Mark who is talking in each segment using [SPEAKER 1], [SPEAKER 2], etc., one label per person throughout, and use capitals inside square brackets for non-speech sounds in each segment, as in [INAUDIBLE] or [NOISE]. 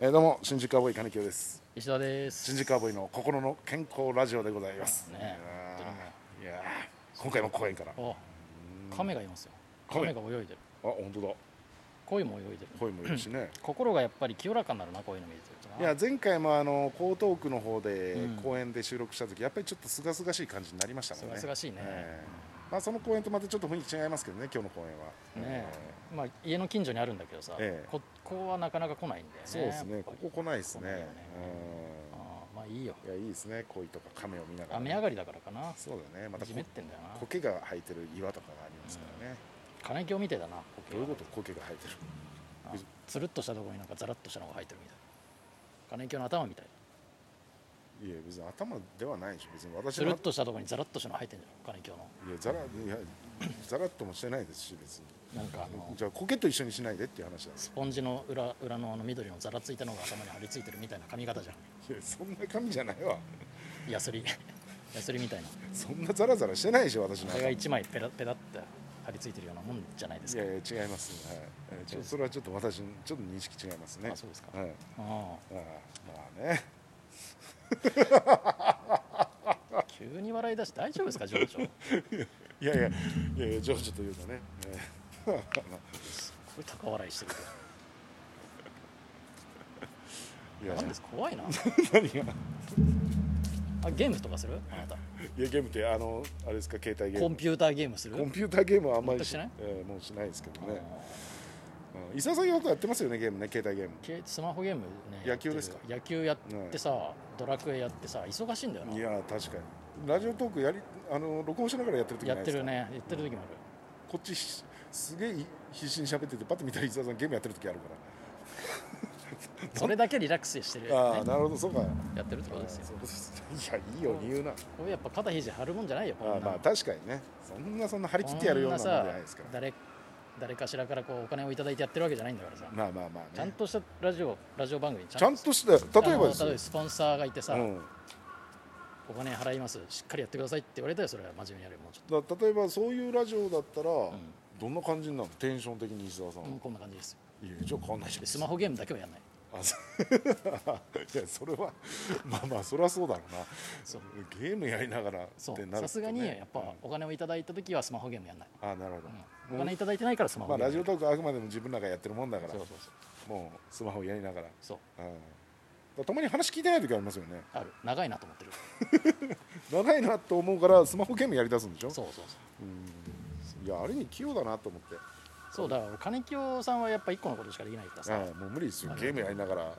[SPEAKER 1] えーどうも新宿アボーイ金城です
[SPEAKER 2] 石田です。
[SPEAKER 1] 新宿アボーイの心の健康ラジオでございます、
[SPEAKER 2] ね
[SPEAKER 1] いやーいやー今回も公園からあ
[SPEAKER 2] お、亀がいますよ。
[SPEAKER 1] 亀
[SPEAKER 2] 亀が泳いでる。
[SPEAKER 1] 本当だ
[SPEAKER 2] 鯉も泳いでる。
[SPEAKER 1] 声もいるしね
[SPEAKER 2] 心がやっぱり清らかになるなこういうの見てるとな。
[SPEAKER 1] いや前回もあの江東区の方で
[SPEAKER 2] うん
[SPEAKER 1] 公園で収録した時、やっぱりちょっと清々しい感じになりましたもんね
[SPEAKER 2] 清々しいね
[SPEAKER 1] えーまあその公園とまたちょっと雰囲気違いますけどね今日の公園は
[SPEAKER 2] ねまあ家の近所にあるんだけどさ、
[SPEAKER 1] ええ
[SPEAKER 2] ここはなかなか来ないんだよね。
[SPEAKER 1] そうです
[SPEAKER 2] や
[SPEAKER 1] ね
[SPEAKER 2] っぱ
[SPEAKER 1] こ
[SPEAKER 2] り
[SPEAKER 1] こ来ないですね
[SPEAKER 2] 来ないよねああまあいいよ。
[SPEAKER 1] うんいやいいですね鯉とか亀を見ながら、
[SPEAKER 2] 雨上がりだからかな。
[SPEAKER 1] そうだねまたこ
[SPEAKER 2] 湿ってんだよな。
[SPEAKER 1] 苔が生えてる岩とかがありますからね、
[SPEAKER 2] 金京みてえだな。
[SPEAKER 1] どういうこと苔が生えてる
[SPEAKER 2] あつるっとしたところになんかザラッとしたのが入ってるみたいな。金京の頭みたい。
[SPEAKER 1] いや別に頭ではないでしょ別に私
[SPEAKER 2] つる
[SPEAKER 1] の
[SPEAKER 2] っとしたところにザラッとしたの入ってんじゃん。金京の。
[SPEAKER 1] いやザラいやザラっともしてないですし別に
[SPEAKER 2] なんかあの
[SPEAKER 1] じゃあ苔と一緒にしないでっていう話だ
[SPEAKER 2] スポンジの裏裏のあの緑のザラついたのが頭に張り付いてるみたいな髪型じゃん。
[SPEAKER 1] いやそんな髪じゃないわ
[SPEAKER 2] ヤスリ [LAUGHS] ヤスリみたいな
[SPEAKER 1] そんなザラザラしてないでしょ私の
[SPEAKER 2] あれが一枚ペラペラって貼り付いてるようなもんじゃないです
[SPEAKER 1] い
[SPEAKER 2] か
[SPEAKER 1] やいや違います、はいえーちょ
[SPEAKER 2] 違う
[SPEAKER 1] それはちょっと私ちょっと認識違いますね
[SPEAKER 2] あそうですか
[SPEAKER 1] はい、
[SPEAKER 2] あ
[SPEAKER 1] あーまあね [LAUGHS]
[SPEAKER 2] あ急に笑い出して大丈夫ですか情緒これ
[SPEAKER 1] いやいやいやいや情緒というかね、えー
[SPEAKER 2] 高笑いしてる
[SPEAKER 1] い
[SPEAKER 2] けど
[SPEAKER 1] や
[SPEAKER 2] なんですか怖いな
[SPEAKER 1] [LAUGHS] 何が
[SPEAKER 2] あゲームとかするあなた
[SPEAKER 1] いやゲームってあのあれですか携帯ゲーム
[SPEAKER 2] コンピューターゲームする
[SPEAKER 1] コンピューターゲームはあんまり
[SPEAKER 2] 全くしない
[SPEAKER 1] えーもうしないですけどね
[SPEAKER 2] あ
[SPEAKER 1] うん伊沢さんよくやってますよねゲームね携帯ゲーム
[SPEAKER 2] ーけスマホゲームね
[SPEAKER 1] 野球ですか
[SPEAKER 2] やってる野球やってさ、ドラクエやってさ忙しいんだよない
[SPEAKER 1] やー確かにラジオトークやりあの録音しながらやってる時
[SPEAKER 2] や
[SPEAKER 1] ない
[SPEAKER 2] っ
[SPEAKER 1] で
[SPEAKER 2] て
[SPEAKER 1] すか
[SPEAKER 2] るねやってる時もある
[SPEAKER 1] こっちひすげえ必死に喋っててパッと見たら伊沢さんゲームやってる時あるか
[SPEAKER 2] それだけリラックスしてる、ね、
[SPEAKER 1] ら [LAUGHS] ああーなるほどそうか
[SPEAKER 2] やってるって
[SPEAKER 1] あ
[SPEAKER 2] ことです
[SPEAKER 1] ー
[SPEAKER 2] よ
[SPEAKER 1] そうですいや [LAUGHS] いいように言うな
[SPEAKER 2] これやっぱ肩肘張るもんじゃないよ
[SPEAKER 1] あ
[SPEAKER 2] こんな
[SPEAKER 1] ーまあ確かにねそんなそんな張り切ってやるようなもんじゃないですか
[SPEAKER 2] こん
[SPEAKER 1] ら
[SPEAKER 2] なさ誰誰かしらからこうお金をいただいてやってるわけじゃないんだからさ、
[SPEAKER 1] まあまあま
[SPEAKER 2] ち
[SPEAKER 1] あ
[SPEAKER 2] ゃん
[SPEAKER 1] ね
[SPEAKER 2] としたラジオラジオ番組に
[SPEAKER 1] ちゃんとした例えばですよ
[SPEAKER 2] あの例えばスポンサーがいてさ、
[SPEAKER 1] うん
[SPEAKER 2] お金払いますしっかりやってくださいって言われたらそれは真面目にやるよもうちょっ
[SPEAKER 1] だ例えばそういうラジオだったら
[SPEAKER 2] ん
[SPEAKER 1] どんな感じになるのテンション的に石澤さん
[SPEAKER 2] と、
[SPEAKER 1] は
[SPEAKER 2] うんこんな感じですよ
[SPEAKER 1] いやじゃあ変わんないじゃん
[SPEAKER 2] でスマホゲームだけはやんない
[SPEAKER 1] あそう [LAUGHS] いやそれはまあまあそれはそうだろうな
[SPEAKER 2] そう
[SPEAKER 1] ゲームやりながらっ
[SPEAKER 2] そう
[SPEAKER 1] てなるとね
[SPEAKER 2] さすがにやっ
[SPEAKER 1] うん
[SPEAKER 2] ぱお金をいただいた時はスマホゲームやんない、
[SPEAKER 1] あなるほど、
[SPEAKER 2] うんお金
[SPEAKER 1] も
[SPEAKER 2] いただいてないからスマ
[SPEAKER 1] う
[SPEAKER 2] ホ
[SPEAKER 1] ま
[SPEAKER 2] ゲ
[SPEAKER 1] あ、
[SPEAKER 2] ームや
[SPEAKER 1] ラジ
[SPEAKER 2] んない、
[SPEAKER 1] オトークあくまでも自分なんかやってるもんだから
[SPEAKER 2] そうそうそう
[SPEAKER 1] もうスマホやりながら、うん、
[SPEAKER 2] そう
[SPEAKER 1] だたまに話聞いてない時ありますよね
[SPEAKER 2] ある長いなと思ってる
[SPEAKER 1] 長いなと思うからスマホゲームやりだすんでしょ
[SPEAKER 2] そうそうそう
[SPEAKER 1] うんいやあれに器用だなと思って
[SPEAKER 2] そうだから金清さんはやっぱ一個のことしかできないからさ、
[SPEAKER 1] あもう無理ですよゲームやりながら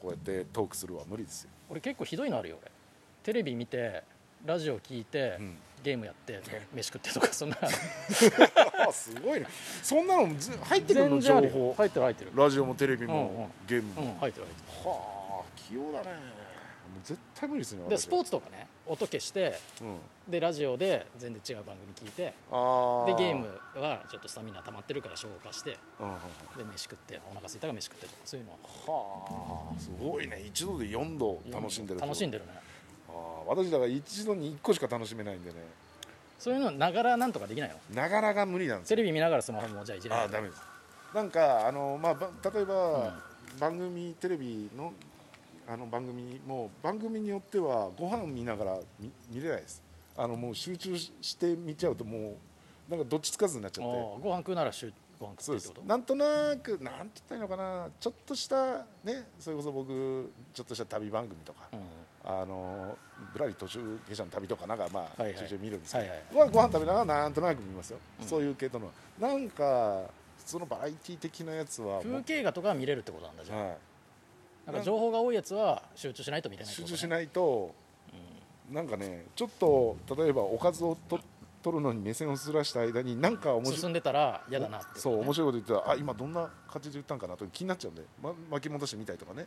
[SPEAKER 1] こうやってトークするは無理ですよ、
[SPEAKER 2] 俺結構ひどいのあるよ俺テレビ見てラジオ聞いて、
[SPEAKER 1] うん [LAUGHS]
[SPEAKER 2] ゲームやって飯食ってとかそんな
[SPEAKER 1] あすごいねそんなのず入ってくるの
[SPEAKER 2] 全然
[SPEAKER 1] 情
[SPEAKER 2] ある
[SPEAKER 1] 報
[SPEAKER 2] よ入ってる入ってる
[SPEAKER 1] ラジオもテレビ
[SPEAKER 2] うんうん
[SPEAKER 1] もゲーム
[SPEAKER 2] う
[SPEAKER 1] も、
[SPEAKER 2] ん入ってる入って
[SPEAKER 1] はあ器用だねもう絶対無理ですね
[SPEAKER 2] るでスポー
[SPEAKER 1] ツ、
[SPEAKER 2] ツとかね音消して
[SPEAKER 1] うん、
[SPEAKER 2] でラジオで全然違う番組聞いて
[SPEAKER 1] あ
[SPEAKER 2] でゲームはちょっとスタミナ溜まってるから消化して
[SPEAKER 1] うんうんうん
[SPEAKER 2] で飯食ってお腹すいたから飯食ってとかそういうのを
[SPEAKER 1] はあすごいね一度で4度楽しんでる
[SPEAKER 2] 楽しん
[SPEAKER 1] で
[SPEAKER 2] でるね
[SPEAKER 1] ああ私だから一度に1個しか楽しめないんでね
[SPEAKER 2] そういうのながらなんとかできないの
[SPEAKER 1] なかなか無理なんです
[SPEAKER 2] テ
[SPEAKER 1] よ
[SPEAKER 2] レビ見ながらスマホもじゃあいじれな
[SPEAKER 1] あ
[SPEAKER 2] い
[SPEAKER 1] あダメですなんかあのまあば例えば、番組テレビのあの番組もう番組によってはご飯見ながら見見れないですあのもう集中しして見ちゃうともうなんかどっちつかずになっちゃって
[SPEAKER 2] おーご飯食うならしゅご飯
[SPEAKER 1] そ
[SPEAKER 2] 食
[SPEAKER 1] うで
[SPEAKER 2] ってって
[SPEAKER 1] す
[SPEAKER 2] こと
[SPEAKER 1] なんとなくなんて言ったらいいのかなちょっとしたねそれこそ僕ちょっとした旅番組とか、
[SPEAKER 2] うん
[SPEAKER 1] あのぶらり途中下車の旅とかなんかまあ、
[SPEAKER 2] はいはい
[SPEAKER 1] ちょいちょい見るんですけ
[SPEAKER 2] は
[SPEAKER 1] ど、
[SPEAKER 2] いはい
[SPEAKER 1] はご飯食べながらなんとなく見ますよ、
[SPEAKER 2] うん
[SPEAKER 1] そういう系統のなんか普通のバラエティ的なやつはも
[SPEAKER 2] 風
[SPEAKER 1] う
[SPEAKER 2] 景画とかは見れるってことなんだじゃあ
[SPEAKER 1] は
[SPEAKER 2] なんか情報が多いやつは集中しないと見れ
[SPEAKER 1] い、
[SPEAKER 2] ないっ
[SPEAKER 1] 集
[SPEAKER 2] てこと
[SPEAKER 1] 中
[SPEAKER 2] ね
[SPEAKER 1] しないと、なんかねちょっと例えばおかずをと取るのに目線をずらした間になんか面白い
[SPEAKER 2] 進んでたら嫌だなってことね、
[SPEAKER 1] そう面白いこと言ってたらあ今どんな感じで言ったんかなと気になっちゃうんで、ま、巻き戻してみたいとかね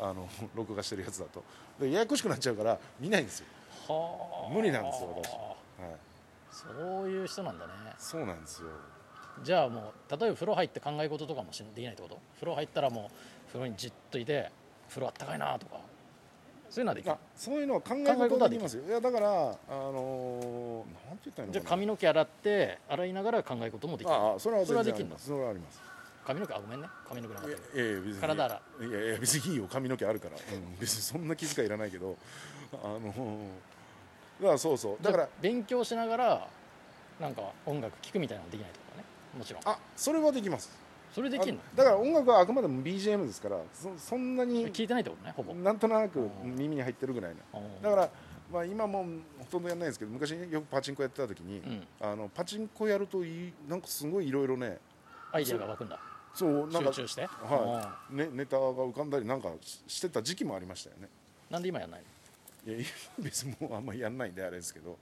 [SPEAKER 1] あの [LAUGHS] 録画してるやつだとでややこしくなっちゃうから見ないんですよ、
[SPEAKER 2] はあ
[SPEAKER 1] 無理なんですよ私はい、
[SPEAKER 2] そういう人なんだね
[SPEAKER 1] そうなんですよ
[SPEAKER 2] じゃあもう例えば風呂入って考え事とかもしできないってこと風呂入ったらもう風呂にじっといて風呂あったかいなとかそういうのはできる
[SPEAKER 1] あそういうのは考え
[SPEAKER 2] 考え
[SPEAKER 1] 事
[SPEAKER 2] 事
[SPEAKER 1] が
[SPEAKER 2] は
[SPEAKER 1] でき
[SPEAKER 2] でき
[SPEAKER 1] ま
[SPEAKER 2] ます
[SPEAKER 1] よいやだからあのー、なんて言ったらいいのかな
[SPEAKER 2] じゃあ髪の毛洗って洗いながら考え事もできる
[SPEAKER 1] ああそれは
[SPEAKER 2] それは
[SPEAKER 1] 全然あり
[SPEAKER 2] できるの
[SPEAKER 1] ますそれはあります
[SPEAKER 2] 髪の毛あごめんね髪の毛なかったけど
[SPEAKER 1] ええ別に
[SPEAKER 2] 体洗
[SPEAKER 1] いやいや別にいいよ髪の毛あるから、うん別にそんな気遣いいらないけどあのだからそうそうだから
[SPEAKER 2] 勉強しながらなんか音楽聴くみたいなのできないってことかねもちろん
[SPEAKER 1] あそれはできます
[SPEAKER 2] それできる
[SPEAKER 1] あだから音楽はあくまでも BGM ですからそそんな
[SPEAKER 2] の
[SPEAKER 1] に
[SPEAKER 2] 聞いてないってことねほぼ
[SPEAKER 1] なんとなく
[SPEAKER 2] うん
[SPEAKER 1] 耳に入ってるぐらいの
[SPEAKER 2] うん
[SPEAKER 1] だから、まあ、今もうほとんどやらないですけど昔よくパチンコやってた時に、
[SPEAKER 2] うん
[SPEAKER 1] あのパチンコやるといいなんかすごいいろいろね
[SPEAKER 2] アイデアが湧くんだ
[SPEAKER 1] そうなん
[SPEAKER 2] 集
[SPEAKER 1] か、
[SPEAKER 2] 中して
[SPEAKER 1] は、いね、ネタが浮かんだりなんかししてた時期もありましたよね
[SPEAKER 2] うんなんで今やんない
[SPEAKER 1] いやいや別にもうあんまりやんないんであれですけど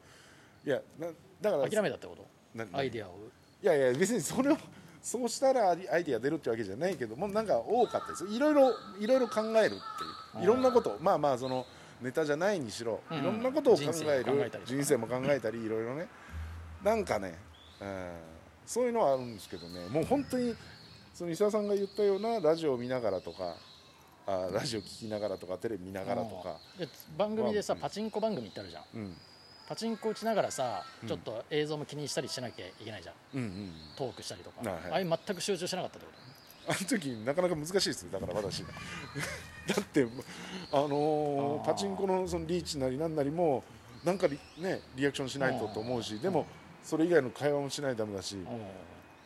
[SPEAKER 1] いやなだから
[SPEAKER 2] の諦めたってこ
[SPEAKER 1] な
[SPEAKER 2] とアイデアを
[SPEAKER 1] いやいや別にそれをそうしたらアイアイディア出るってわけじゃないけどもなんか多かったですいろいろいろいろ考えるって
[SPEAKER 2] あ
[SPEAKER 1] い
[SPEAKER 2] ー
[SPEAKER 1] ういろんなことまあまあそのネタじゃないにしろ、
[SPEAKER 2] うん
[SPEAKER 1] いろんなことを考え
[SPEAKER 2] 人生を考え
[SPEAKER 1] る
[SPEAKER 2] たりとか
[SPEAKER 1] 人生も考えたりいろいろねなんかね、うん、そういうのはあるんですけどねもう本当にその石田さんが言ったようなラジオを見ながらとかあーラジオ聞きながらとかテレビ見ながらとか、
[SPEAKER 2] うんで番組でさ
[SPEAKER 1] まあ
[SPEAKER 2] パチンコ番組ってあるじゃん
[SPEAKER 1] うん、
[SPEAKER 2] パチンコ打ちながらさ
[SPEAKER 1] うん
[SPEAKER 2] ちょっと映像も気にしたりしなきゃいけないじゃん
[SPEAKER 1] うんうん
[SPEAKER 2] トークしたりとか
[SPEAKER 1] はい
[SPEAKER 2] あれ全く集中しなかったってこ
[SPEAKER 1] あの時なかなか難しいですよだから私 [LAUGHS] だってあのー
[SPEAKER 2] あー
[SPEAKER 1] パチンコのそのリーチなりなんなりもなんかリ,、ね、リアクションしないとと思うしでもそれ以外の会話もしないとダメだし
[SPEAKER 2] とうん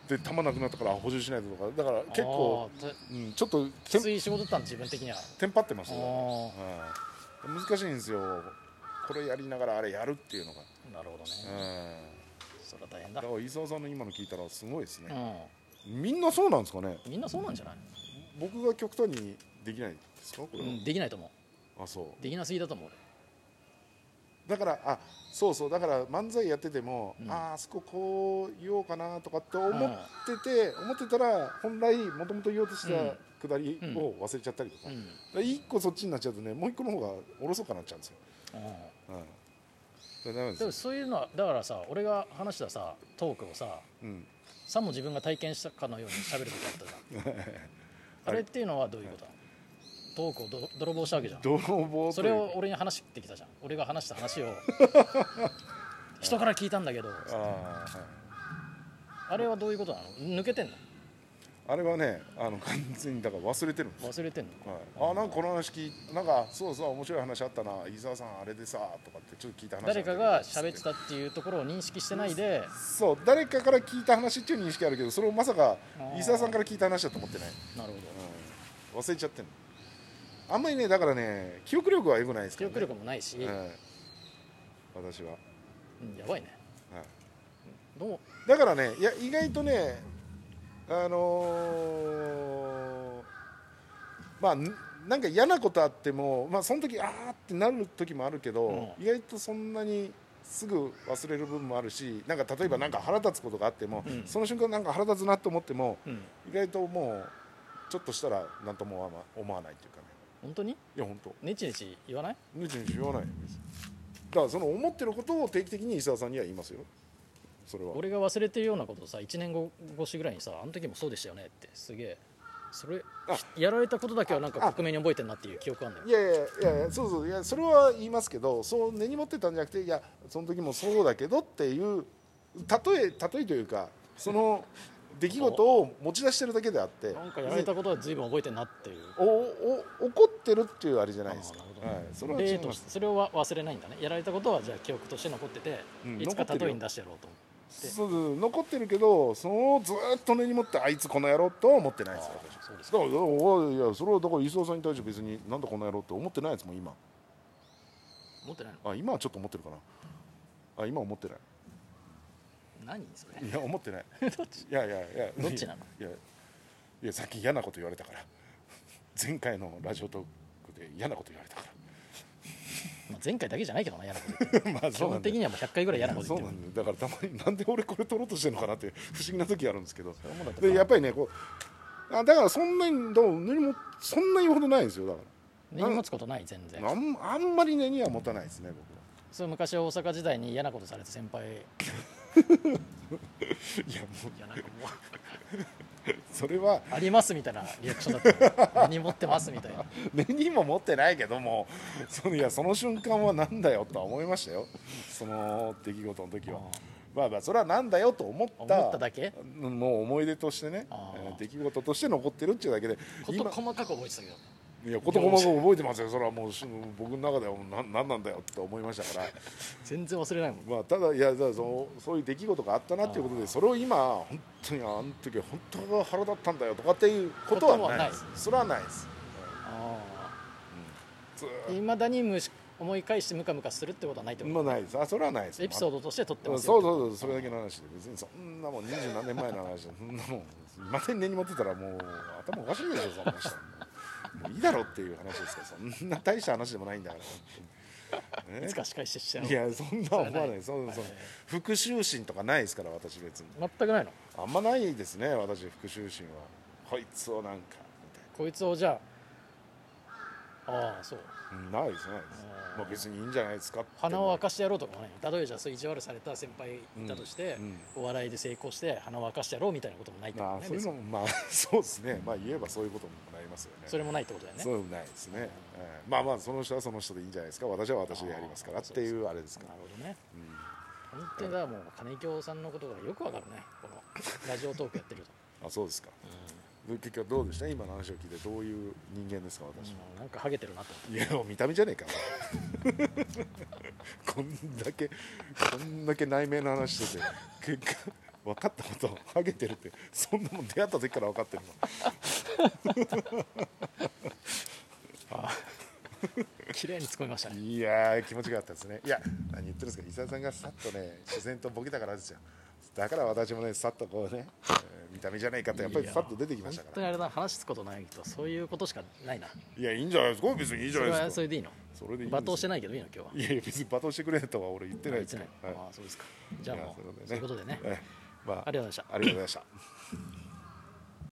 [SPEAKER 1] で弾なくなったから補充しないととかだから結構、
[SPEAKER 2] あー
[SPEAKER 1] うん、ちょっとテ
[SPEAKER 2] き
[SPEAKER 1] ン
[SPEAKER 2] つい仕事だったの自分的には
[SPEAKER 1] テンパってましたね、
[SPEAKER 2] あ
[SPEAKER 1] うん難しいんですよこれやりながらあれやるっていうのが、
[SPEAKER 2] あなる
[SPEAKER 1] う
[SPEAKER 2] ほど
[SPEAKER 1] ん
[SPEAKER 2] ね、それは大変だ
[SPEAKER 1] だから伊沢さんの今の聞いたらすごいです
[SPEAKER 2] う
[SPEAKER 1] ね、
[SPEAKER 2] ん
[SPEAKER 1] みんなそうなんですかね
[SPEAKER 2] みんなそうなんじゃない、
[SPEAKER 1] 僕が極端にできないんですかこれ
[SPEAKER 2] う
[SPEAKER 1] は、
[SPEAKER 2] ん、できないと思
[SPEAKER 1] あそう
[SPEAKER 2] うできなすぎだと思う
[SPEAKER 1] だからあそうそうだから漫才やってても、
[SPEAKER 2] うん
[SPEAKER 1] あーあそここう言おうかなとかって思ってて、思ってたら本来もともと言おうとした
[SPEAKER 2] うん
[SPEAKER 1] くだりを忘れちゃったりとか,、
[SPEAKER 2] 俺、うん
[SPEAKER 1] 一個そっちになっちゃうとねもう一個の方がおろそかになっちゃうんですよ、
[SPEAKER 2] う
[SPEAKER 1] うん、だからダメで
[SPEAKER 2] ん、
[SPEAKER 1] す
[SPEAKER 2] でも
[SPEAKER 1] よ、
[SPEAKER 2] そういうのはだからさ俺が話したさトークをさ
[SPEAKER 1] うん、
[SPEAKER 2] さも自分が体験したかのように喋ることあったじ [LAUGHS] ゃんあれっていうのはどういうことなのトークをど泥棒したわけじゃん
[SPEAKER 1] 泥棒
[SPEAKER 2] そ
[SPEAKER 1] と
[SPEAKER 2] れ
[SPEAKER 1] いう
[SPEAKER 2] を俺に話してきたじゃん俺が話した [LAUGHS] 話を人から聞いたんだけど
[SPEAKER 1] あー、はい、
[SPEAKER 2] あれはどういうことなの抜けてんの
[SPEAKER 1] あれはねあの完全にだから忘れてるんですよ
[SPEAKER 2] 忘れてんの
[SPEAKER 1] はい、あなんかこの話聞いなんかそうそう面白い話あったな伊沢さんあれでさとかってちょっと聞いた話なんだ
[SPEAKER 2] 誰
[SPEAKER 1] けど
[SPEAKER 2] かが喋ってたっていうところを認識してないで
[SPEAKER 1] そう誰かから聞いた話っていう認識あるけどそれをまさか
[SPEAKER 2] あー
[SPEAKER 1] 伊沢さんから聞いた話だと思ってない、
[SPEAKER 2] なるほど
[SPEAKER 1] うん忘れちゃってんのあんまりねだからね記憶力は良くないですか
[SPEAKER 2] 記
[SPEAKER 1] ら、ね、
[SPEAKER 2] 憶力もないし、
[SPEAKER 1] はい、私は、は
[SPEAKER 2] うんやばいね
[SPEAKER 1] い、
[SPEAKER 2] どう
[SPEAKER 1] だからねいや意外とねあのーまあんなんか嫌なことあってもまあその時あーってなる時もあるけど、
[SPEAKER 2] う
[SPEAKER 1] 意外とそんなにすぐ忘れる部分もあるしなんか例えばなんか腹立つことがあっても、
[SPEAKER 2] うん
[SPEAKER 1] その瞬間なんか腹立つなと思っても
[SPEAKER 2] うん
[SPEAKER 1] 意外ともうちょっとしたら何とも思わな思わないっていうかね
[SPEAKER 2] 本当に
[SPEAKER 1] いや本当
[SPEAKER 2] ネチネチ言わない
[SPEAKER 1] 無知に言わないよ別にだからその思ってることを定期的に伊沢さんには言いますよそれは
[SPEAKER 2] 俺が忘れてるようなことをさ1年後越しぐらいにさあの時もそうでしたよねってすげえそれやられたことだけはなんか
[SPEAKER 1] あ
[SPEAKER 2] 克明に覚えてんなっていう記憶あるんだよ
[SPEAKER 1] いやいやいやいやそうそういやそれは言いますけどそう根に持ってたんじゃなくていやその時もそうだけどっていう例え例えというかその出来事を持ち出してるだけであって
[SPEAKER 2] なんかやられたことは随分覚えてんなっていう
[SPEAKER 1] おお怒ってるっていうあれじゃないですか
[SPEAKER 2] あーなるほど
[SPEAKER 1] はい、それは違
[SPEAKER 2] 例
[SPEAKER 1] い
[SPEAKER 2] と
[SPEAKER 1] ま
[SPEAKER 2] し
[SPEAKER 1] す
[SPEAKER 2] てそれは忘れないんだねやられたことはじゃあ記憶として残ってて、
[SPEAKER 1] うん
[SPEAKER 2] いつか
[SPEAKER 1] 残ってるよ
[SPEAKER 2] 例えに出してやろうと思て
[SPEAKER 1] そうそう残ってるけどそのずーっと根に持ってあいつこの野郎とは思ってないです
[SPEAKER 2] う
[SPEAKER 1] よ
[SPEAKER 2] あーそうです
[SPEAKER 1] だ
[SPEAKER 2] か
[SPEAKER 1] からだからおいいやそれはだから伊沢さんに対して別になんだこの野郎って思ってないですもん今
[SPEAKER 2] 持ってないの
[SPEAKER 1] あ今はちょっと思ってるかなあ今は思ってない
[SPEAKER 2] 何それ
[SPEAKER 1] いや思
[SPEAKER 2] [LAUGHS]
[SPEAKER 1] ってないいやいやいや
[SPEAKER 2] どっちなの
[SPEAKER 1] いやいやさっき嫌なこと言われたから [LAUGHS] 前回のラジオトークで嫌なこと言われたか
[SPEAKER 2] まあ前回だけじゃないけどな嫌なこと
[SPEAKER 1] [LAUGHS]
[SPEAKER 2] 言って
[SPEAKER 1] らまあ
[SPEAKER 2] 基本的にはもう100回ぐらい嫌なこと言
[SPEAKER 1] そう
[SPEAKER 2] って
[SPEAKER 1] な
[SPEAKER 2] る
[SPEAKER 1] んだよだからたまになんで俺これ撮ろうとしてるのかなって不思議な時あるんですけど
[SPEAKER 2] そういうもんだって
[SPEAKER 1] でやっぱりねこうあだからそんなにどう何もそんなにほどないですよだか
[SPEAKER 2] 根に持つことない全然
[SPEAKER 1] らあんあんまり根には持たないですね僕は
[SPEAKER 2] そう昔大阪時代に嫌なことされた先
[SPEAKER 1] [LAUGHS]
[SPEAKER 2] 輩
[SPEAKER 1] いやもう
[SPEAKER 2] いやなんかもう
[SPEAKER 1] それは
[SPEAKER 2] ありますみたいなリアクションだったの根に持ってますみたいな
[SPEAKER 1] 根にも持ってないけどもそのいやその瞬間はなんだよとは思いましたよその出来事の時は
[SPEAKER 2] あ
[SPEAKER 1] まあまあそれはなんだよと思った
[SPEAKER 2] 思っただけ
[SPEAKER 1] もう思い出としてね
[SPEAKER 2] あー
[SPEAKER 1] えー出来事として残ってるっていうだけで
[SPEAKER 2] 事細かく覚えてたけど
[SPEAKER 1] いや事細かく覚えてますよそれはもうす僕の中ではもうな何なんだよって思いましたから [LAUGHS]
[SPEAKER 2] 全然忘れないもん
[SPEAKER 1] まあ、ただいやだからそのそういう出来事があったなっていうことでそれを今本当にあの時は本当は腹立ったんだよとかっていうことはないです
[SPEAKER 2] ことは
[SPEAKER 1] それはないですずーっ
[SPEAKER 2] いまだにむし思い返してムカムカするってことはないって
[SPEAKER 1] と
[SPEAKER 2] こと、
[SPEAKER 1] まあないですあそれはないです
[SPEAKER 2] エピソー
[SPEAKER 1] ド
[SPEAKER 2] ドとして撮って
[SPEAKER 1] そ
[SPEAKER 2] ま
[SPEAKER 1] う
[SPEAKER 2] す
[SPEAKER 1] そう
[SPEAKER 2] よ
[SPEAKER 1] そうそれだけの話で別にそんなもん二十何年前の話でそんなもんまた根に持ってたらもう頭おかしいでしょそんな人もういいだろっていう話ですからそんな大した話でもないんだから、ね
[SPEAKER 2] いつか仕返してしちゃう
[SPEAKER 1] いやそんな思わ
[SPEAKER 2] それは
[SPEAKER 1] な
[SPEAKER 2] ないい
[SPEAKER 1] そうそう
[SPEAKER 2] はい
[SPEAKER 1] 復讐心とかないですから私別に
[SPEAKER 2] 全くないの
[SPEAKER 1] あんまないですね私復讐心はこいつをなんか
[SPEAKER 2] こいつをじゃあああそう
[SPEAKER 1] みたいなないですないです
[SPEAKER 2] あー
[SPEAKER 1] まあ別にいいんじゃないですかって
[SPEAKER 2] 鼻を明かしてやろうとかもね例えばじゃあそういう意地悪された先輩いたとして、
[SPEAKER 1] うんうん
[SPEAKER 2] お笑いで成功して鼻を明かしてやろうみたいなこともないってこと
[SPEAKER 1] ま
[SPEAKER 2] ね
[SPEAKER 1] あそういうのもまあそうですねまあ言えばそういうことにもなりますよね
[SPEAKER 2] それもないってことだよね
[SPEAKER 1] そうないですね、えーまあまあその人はその人でいいんじゃないですか私は私でやりますから
[SPEAKER 2] あ
[SPEAKER 1] っ
[SPEAKER 2] ー
[SPEAKER 1] ていうあれですか
[SPEAKER 2] な
[SPEAKER 1] ら
[SPEAKER 2] るほどね
[SPEAKER 1] うん
[SPEAKER 2] 本当にだからもう金井京さんのことがよくわかるねこのラジオトークやってると、
[SPEAKER 1] あそうですかで結局どうでした今の話を聞いてどういう人間ですか私は
[SPEAKER 2] うんなんかハゲてるなと
[SPEAKER 1] いやもう見た目じゃねえか [LAUGHS] こんだけこんだけ内面の話してて結果分かったことハゲてるってそんなもん出会った時から分かってる
[SPEAKER 2] 綺麗に突っ込みました
[SPEAKER 1] の
[SPEAKER 2] ね
[SPEAKER 1] いやー気持ちがかったですねいや何言ってるんですか伊沢さんがさっとね自然とボケたからですよだから私もねさっとこうね、えー見た目じゃねえかってやっぱりさっと出て [LAUGHS] きました
[SPEAKER 2] 本
[SPEAKER 1] か
[SPEAKER 2] 当に
[SPEAKER 1] ら
[SPEAKER 2] あれだな話すことないけどそういうことしかないない
[SPEAKER 1] やいいんじゃないですか別にいいじ
[SPEAKER 2] そ
[SPEAKER 1] ゃな
[SPEAKER 2] れ
[SPEAKER 1] い
[SPEAKER 2] は
[SPEAKER 1] です
[SPEAKER 2] そ
[SPEAKER 1] か
[SPEAKER 2] れでいいの
[SPEAKER 1] それでいいんです
[SPEAKER 2] 罵倒してないけどいいの今日はい
[SPEAKER 1] やいや別に罵倒してくれとは俺言ってない
[SPEAKER 2] 言
[SPEAKER 1] で
[SPEAKER 2] っ
[SPEAKER 1] す
[SPEAKER 2] て
[SPEAKER 1] よ
[SPEAKER 2] ない、
[SPEAKER 1] はい
[SPEAKER 2] ああそうですかじゃあ
[SPEAKER 1] いや
[SPEAKER 2] もう
[SPEAKER 1] それでね
[SPEAKER 2] そういうことでね
[SPEAKER 1] ええまあ
[SPEAKER 2] ありがとうございました
[SPEAKER 1] ありがとうございました